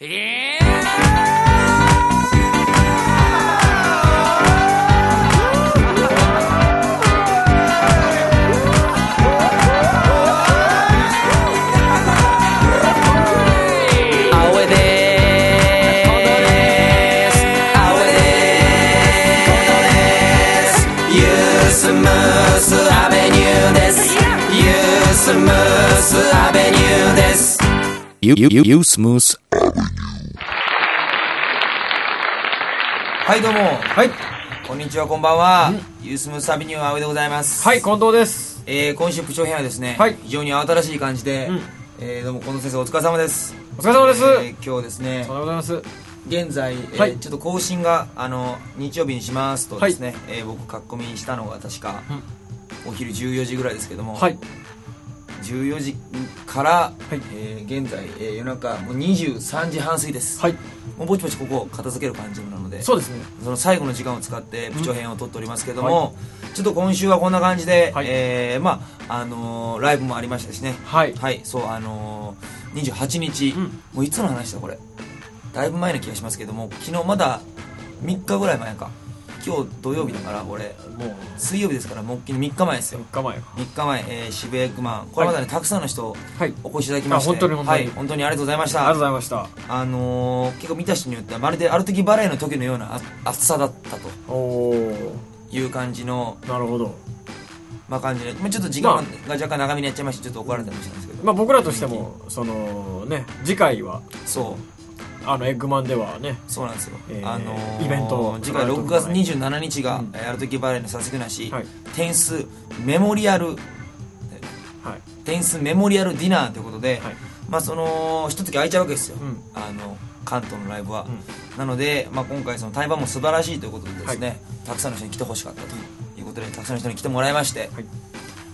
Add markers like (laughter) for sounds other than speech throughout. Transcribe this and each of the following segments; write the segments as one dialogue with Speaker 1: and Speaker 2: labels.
Speaker 1: え
Speaker 2: 青江です青江ですユースムースアベニューですユースムースアベニューです
Speaker 3: You, you, you, you smooth
Speaker 2: はいどうも
Speaker 4: はい。
Speaker 2: こんにちはこんばんはユースムースアベニュー青江でございます
Speaker 4: はい、近藤です。
Speaker 2: えー今週部長編はですね、
Speaker 4: はい
Speaker 2: 非常に慌ただしい感じで、
Speaker 4: うん
Speaker 2: えーどうも近藤先生お疲れ様です
Speaker 4: お疲れ様です。お
Speaker 2: えー今日ですね
Speaker 4: はようございます。
Speaker 2: 現在、えー
Speaker 4: はい
Speaker 2: ちょっと更新があの日曜日にしますとですね、
Speaker 4: は
Speaker 2: えー僕書き込みにしたのが確か、お昼14時ぐらいですけども、
Speaker 4: はい。
Speaker 2: 14時から、
Speaker 4: い
Speaker 2: えー現在、えー夜中もう23時半過ぎです、
Speaker 4: はい。
Speaker 2: もうぼちぼちここ片付ける感じなので
Speaker 4: そうですね。
Speaker 2: その最後の時間を使って部長編を撮っておりますけども、ちょっと今週はこんな感じで、
Speaker 4: はい
Speaker 2: えーまああのーライブもありましたしね
Speaker 4: はい。
Speaker 2: はい、そう、あのー、28日、
Speaker 4: ん
Speaker 2: もういつの話だ、これ。だいぶ前な気がしますけども、昨日まだ3日ぐらい前か。今日土曜日だから、俺、
Speaker 4: もう、
Speaker 2: 水曜日ですから、もう3日前ですよ
Speaker 4: 3。日前か。
Speaker 2: 3日前、えー、渋谷エッグマン。これまでね、たくさんの人、
Speaker 4: はい。
Speaker 2: お越しいただきまして。
Speaker 4: あ本当に本当に
Speaker 2: はい、本当にありがとうございまし
Speaker 4: ありがとうご
Speaker 2: た。
Speaker 4: ざいました。
Speaker 2: あのー、結構見た人によっては、まるである時バレエの時のようなあ暑さだったと
Speaker 4: おー、
Speaker 2: いう感じの、
Speaker 4: なるほど。
Speaker 2: まあ感じで、まあちょっと時間
Speaker 4: まあ
Speaker 2: が若干長めにやっちゃいまして、ちょっと怒られたりもしたんですけど。
Speaker 4: まあ僕らとしても、そのね、次回は、
Speaker 2: そう。
Speaker 4: あの、エッグマンではね、
Speaker 2: そうなんですよ、
Speaker 4: えー
Speaker 2: あのー
Speaker 4: イベントを
Speaker 2: 次回6月27日が
Speaker 4: う
Speaker 2: 「
Speaker 4: ん
Speaker 2: えーやるときバレーのさすがなし、
Speaker 4: はい
Speaker 2: 点数メモリアル
Speaker 4: はい。
Speaker 2: 点数メモリアルディナーということで、
Speaker 4: はい
Speaker 2: まあその一月空いちゃうわけですよ、
Speaker 4: うん
Speaker 2: あの関東のライブは、なので、まあ、今回その対バンも素晴らしいということでですね、たくさんの人に来てほしかったということでたくさんの人に来てもらいまして、
Speaker 4: はい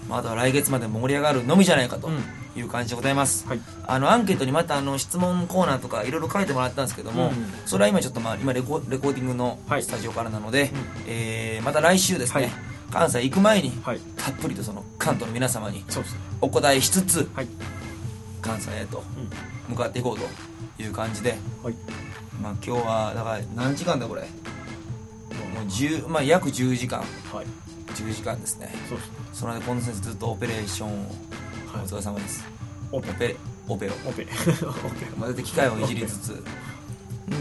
Speaker 2: まあ、あとは来月まで盛り上がるのみじゃないかと
Speaker 4: うん
Speaker 2: いう感じでございます、
Speaker 4: はい
Speaker 2: あのアンケートにまたあの質問コーナーとかいろいろ書いてもらったんですけども、
Speaker 4: うん
Speaker 2: それは今ちょっとまあ今レコレコーディングの
Speaker 4: はい
Speaker 2: スタジオからなので、えーまた来週ですね、
Speaker 4: はい
Speaker 2: 関西行く前に
Speaker 4: はい。
Speaker 2: たっぷりとその関東の皆様に
Speaker 4: そうですね。
Speaker 2: お答えしつつ
Speaker 4: はい。
Speaker 2: 関西へと向かっていこうという感じで、
Speaker 4: はい。
Speaker 2: まあ、今日はだから何時間だこれもう10、まあ、約10時間
Speaker 4: はい。
Speaker 2: 10時間ですね
Speaker 4: そうですね。
Speaker 2: その間近藤先生ずっとオペレーションをお
Speaker 4: はい
Speaker 2: 疲れ様です
Speaker 4: オ
Speaker 2: オ
Speaker 4: ペ。
Speaker 2: ペオペを
Speaker 4: オペ。 (laughs) オペ。
Speaker 2: まあ、て機械をいじりつつ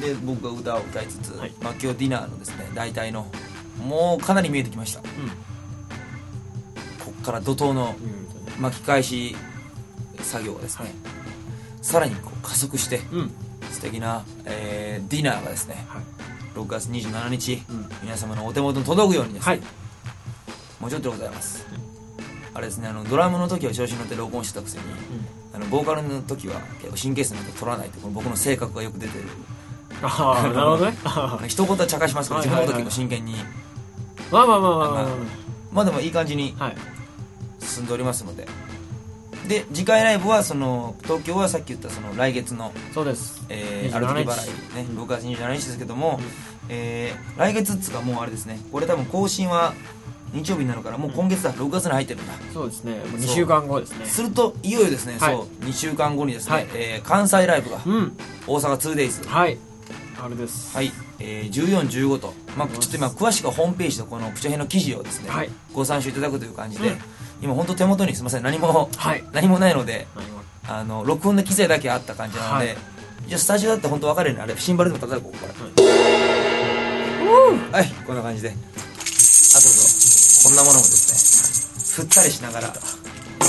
Speaker 2: で僕が歌を歌いつつ、
Speaker 4: はい
Speaker 2: まあ、今日ディナーのですね大体のもうかなり見えてきましたこっから怒涛の
Speaker 4: うん。うん。
Speaker 2: 巻き返し作業がですね、
Speaker 4: はい
Speaker 2: さらにこう加速して
Speaker 4: うん。
Speaker 2: 素敵な、えーディナーがですね
Speaker 4: はい。
Speaker 2: 6月27日、
Speaker 4: うん
Speaker 2: 皆様のお手元に届くようにですね、
Speaker 4: はい。
Speaker 2: もうちょっとでございます、あれですねあのドラムの時は調子に乗って録音してたくせに、あのボーカルの時は結構神経質なこと取らないってこの僕の性格がよく出てる
Speaker 4: ああ、なるほど (laughs) ね。
Speaker 2: あの一言は茶化しますけど
Speaker 4: はい
Speaker 2: 自
Speaker 4: はいは
Speaker 2: 分
Speaker 4: い
Speaker 2: の時も真剣に
Speaker 4: まあまあまあまあまあま
Speaker 2: まあでもいい感じに
Speaker 4: あ。はい。
Speaker 2: 進んでおりますのでで次回ライブはその東京はさっき言ったその来月の、
Speaker 4: そうです。
Speaker 2: えー、アル
Speaker 4: 27
Speaker 2: ティ
Speaker 4: 日
Speaker 2: 払いね6月27日ですけども、えー来月っつうかもうあれですねこれ多分更新は日曜日になるからもう今月だ6月に入ってるんだ
Speaker 4: そうですね。もう2週間後ですね。
Speaker 2: するといよいよですね、
Speaker 4: はい
Speaker 2: そう2週間後にですね、
Speaker 4: はい
Speaker 2: えー関西ライブが
Speaker 4: うん。
Speaker 2: 大阪 2days
Speaker 4: はい。あれです。
Speaker 2: はい、えー、1415と、まあ、ちょっと今詳しくはホームページとこのプチョヘの記事をですね、
Speaker 4: はい
Speaker 2: ご参照いただくという感じで、
Speaker 4: うん
Speaker 2: 今本当手元にすみません何も、
Speaker 4: はい
Speaker 2: 何もないので
Speaker 4: 何も
Speaker 2: あの録音の機材だけあった感じなので、
Speaker 4: はい
Speaker 2: じゃあスタジオだって本当分かるようにあれシンバルでも叩こうこからはいこんな感じであとこんなものもですね振ったりしながら、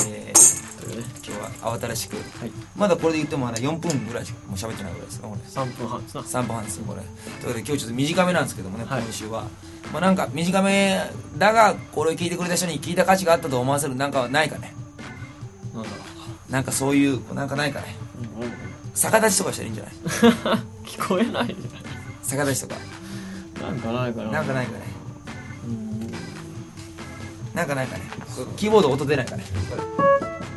Speaker 2: えー
Speaker 4: というね
Speaker 2: 今日は慌ただしく、
Speaker 4: はい
Speaker 2: まだこれで言ってもまだ4分ぐらいしかもう喋ってないぐらいですねこれ
Speaker 4: 3分半ですな。
Speaker 2: 3分半ですよこれということで今日ちょっと短めなんですけどもね、
Speaker 4: はい
Speaker 2: 今週はまあなんか短めだがこれを聞いてくれた人に聞いた価値があったと思わせるなんかはないかね
Speaker 4: なんだろ
Speaker 2: なんかそういうなんかないかね
Speaker 4: う。うん
Speaker 2: 逆立ちとかしたらいいんじゃない
Speaker 4: (laughs) 聞こえないね。
Speaker 2: 逆立ちとか
Speaker 4: なんかないかな。
Speaker 2: なんかないかねなんかないかねこれキーボード音出ないかねこれ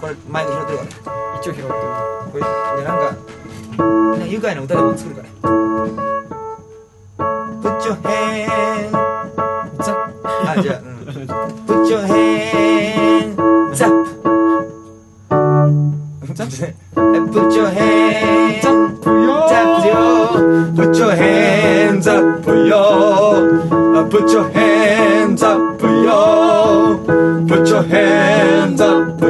Speaker 2: これマイク拾ってるかね
Speaker 4: 一応拾ってみる。は
Speaker 2: これでなんかなんか愉快な歌でも作るかねプッチョヘーンあじゃあ、うん、プッチョヘーンザッ 네. プザップねプッチョヘーンザップよ Put your hands up, yo. Uh, Put your hands up, yo. Put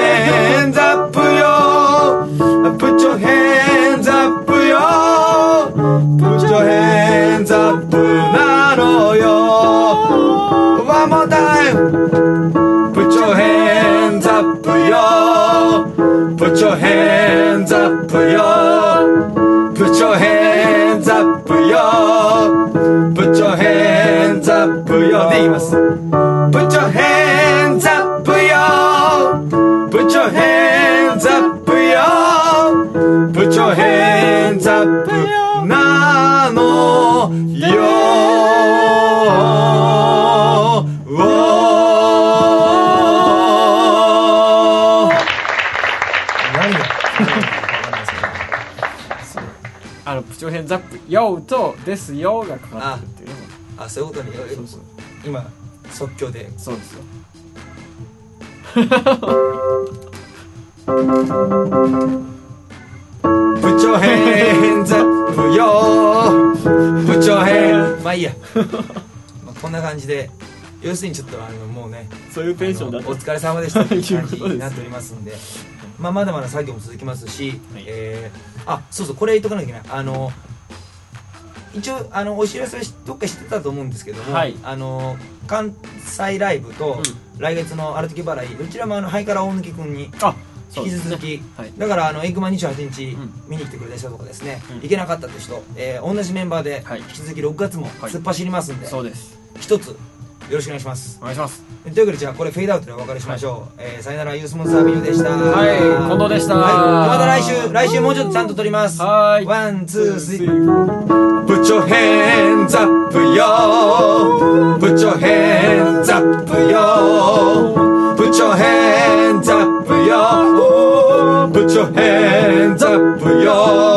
Speaker 2: your hands up, yo. Put your hands up, yo. Uh, Put your hands up, yo. Put your hands up, now, yo. One more time. Put your hands up, yo. Put your hands up, yo. Put your hands up, yo. Put your hands up, yo. で言います。Put your hands up, yo. Put your hands up, yo. Put your hands up, なのよ。
Speaker 5: 何がわかんないですけど
Speaker 4: あのプチョヘンザップ「YO」と「ですよ」がかかってるっていうね
Speaker 6: あそういうことに今即興で
Speaker 4: そうですよ
Speaker 2: Put your hands up, yo. Put your hands.
Speaker 6: まあいいやまあこんな感じで要するにちょっとあのもうね
Speaker 4: そういうテンションだ
Speaker 6: あ
Speaker 4: っ
Speaker 6: のお
Speaker 4: た
Speaker 6: 疲れ様でしたっていう感じ
Speaker 4: いうことです
Speaker 6: になっておりますん
Speaker 4: (laughs)
Speaker 6: でまあまだまだ作業も続きますし、
Speaker 4: はい
Speaker 6: えーあそうそうこれ言っとかなきゃいけないあの一応あのお知らせはどっかしてたと思うんですけども、
Speaker 4: はい
Speaker 6: あの関西ライブと来月のある時払いどちらもあのハイカラ大貫君に
Speaker 4: あそ
Speaker 6: 引
Speaker 4: う
Speaker 6: き
Speaker 4: ですね
Speaker 6: 続き、
Speaker 4: はい
Speaker 6: だからあのエッグマン28日
Speaker 4: うん
Speaker 6: 見に来てくれた人とかですね、
Speaker 4: うん
Speaker 6: 行けなかったって人、えー同じメンバーで
Speaker 4: はい
Speaker 6: 引き続き6月も
Speaker 4: はい
Speaker 6: 突っ走りますんで、
Speaker 4: そうです
Speaker 6: 一つよろしくお願いします
Speaker 4: お願いします
Speaker 6: というわけでじゃあこれフェードアウトでお別れしましょう、えーさよならユースモンサービルでした
Speaker 4: はい近藤でした
Speaker 6: はいまた来週来週もうちょっとちゃんと撮ります
Speaker 4: はーい
Speaker 6: ワンツースリー
Speaker 2: Put your hands up, yo. Put your hands up, yo. Put your hands up, yo. Put your hands up, yo.